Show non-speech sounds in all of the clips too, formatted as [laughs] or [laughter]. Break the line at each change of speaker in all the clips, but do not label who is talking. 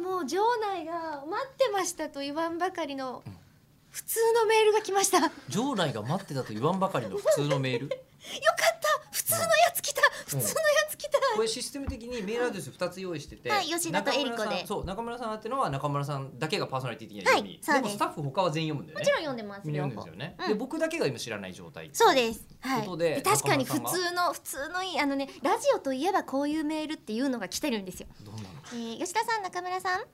もう場内が待ってましたと言わんばかりの普通のメールが来ました [laughs] よかっ
場内が待ってたと言わんばかりの普通のメール
た普通のやつ来た普通のやつ来た
これシステム的にメールアドレス2つ用意してて、
はい吉田とエリコで
中村さんそう中村さんってのは中村さんだけがパーソナリティ的な意味、
はいそうです
もスタッフ他は全員読むんだよ
も
ね
ちろん読んでます
みんな
両
読むん
方
ですよね、
うん
で僕だけが今知らない状態
そうです。はい。
ことで
で確かに
中
普
村さ
通
んは
の普通のいいあのねラジオといえばこういうメールっていうのが来てるんですよ。
どうなの
えー、吉田さん中村さん。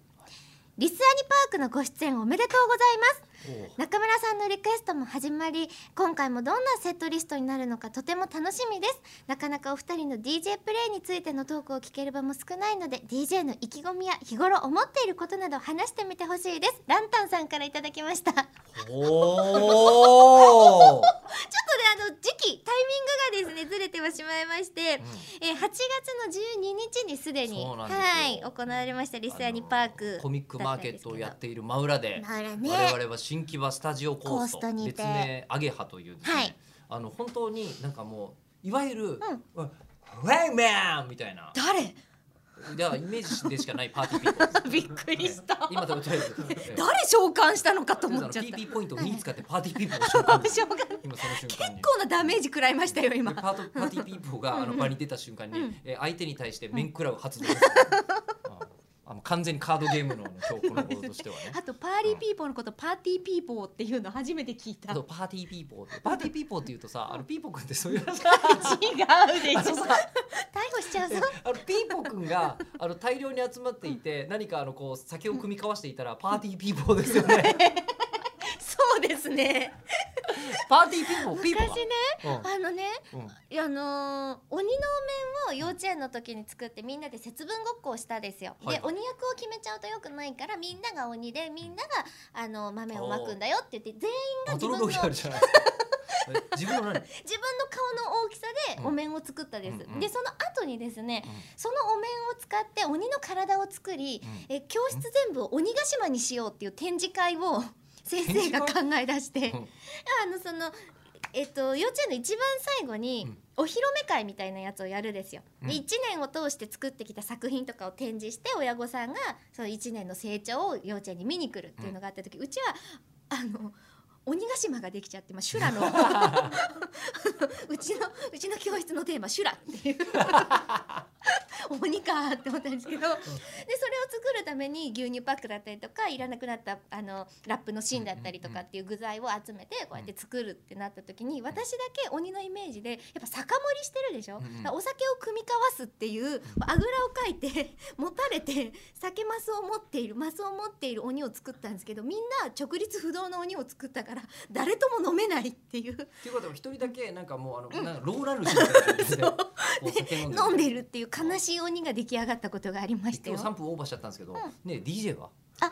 リスアニパークのご出演おめでとうございます
おう
中村さんのリクエストも始まり今回もどんなセットリストになるのかとても楽しみですなかなかお二人の DJ プレイについてのトークを聞ける場も少ないので DJ の意気込みや日頃思っていることなど話してみてほしいですランタンさんからいただきました
お
[laughs]
ー
ちょっとねあの時期タイミングがですねずれてはしまいまして、えー8月の12日にすでに
そうなんですよ
はい行われましたリスアニパー
あ
ク
のコミックマーケットをやっている真裏で
真裏ね
我々は新木場スタジオコースト
コーストにて
別名アゲハというですね、
はい
あの本当になんかもういわゆる、うんフェイマンみたいな
誰 [laughs]
ではイメージでしかないパーティーピーポーです
びっくりした
今とりあえず
誰召喚したのかと
とりあえ
思
ずあ
っ
の
ちゃった
PP ポイントを2使ってパーティーピーポーを紹
[laughs]
介
召喚結
今その瞬間に
構なダメージ食らいましたよ今
でパートパーティーピーポーがあの場に出た瞬間に、えー相手に対して面食らう発動で
[laughs]
す、ああの完全にカードゲームの今日このこととしてはね
あとパーリーピーポーのことパーティーピーポーっていうの初めて聞いた違
あとパーティーピーポーってパーティーピーポーって言うとさあのピーポーくんってそういう [laughs]
うでしょ
あ
逮
のさ
捕しちゃうぞ
あのピーポーくんがあの大量に集まっていて何かあのこう酒を酌み交わしていたらパーティーピーポーですよ [laughs] ね
[laughs] そうですね
パーティーピーポーピーポー
昔ね
が
あのね
うんうん
いやあのー鬼のお面を幼稚園の時に作ってみんなで節分ごっこをしたんですよ、
はい
で鬼役を決めちゃうとよくないからみんなが鬼でみんながあの豆をまくんだよって言って全員
バトルロイヤルじゃないえ自分の [laughs] 何
自分の顔の大きさで
うん
お面を作ったです、
うんうん
でその後にですね、
うん
そのお面を使って鬼の体を作り、え教室全部を鬼ヶ島にしようっていう展示会を先生が考え出
[laughs]
して、
うん
あのそのえっと、幼稚園の一番最後に
うん
お披露目会みたいなやつをやるですよ。
うん
で1年を通して作ってきた作品とかを展示して親御さんがその1年の成長を幼稚園に見に来るっていうのがあった時うちはあの鬼ヶ島ができちゃって、まあ、修
[laughs]
羅のうちのうちの教室のテーマ「修羅」っていう鬼かって思ったんですけどでそれを作るために牛乳パックだったりとかいらなくなったあのラップの芯だったりとかっていう具材を集めてこうやって作るってなった時に私だけ鬼のイメージでやっぱ酒盛りしてるでしょ、
うんうん
だからお酒を組み交わすっていうあぐらをかいて [laughs] 持たれて酒マスを持っているマスを持っている鬼を作ったんですけどみんな直立不動の鬼を作ったから誰とも飲めないっていう
っていうことは一人だけなんかもうあの、なんかローラルみたいな感じで [laughs] こう酒飲んで
飲んでるっていう悲しい鬼が出来上がったことがありまし
一
たよ
応。3分オーバーしちゃったんですけど、ねえ DJ は
あ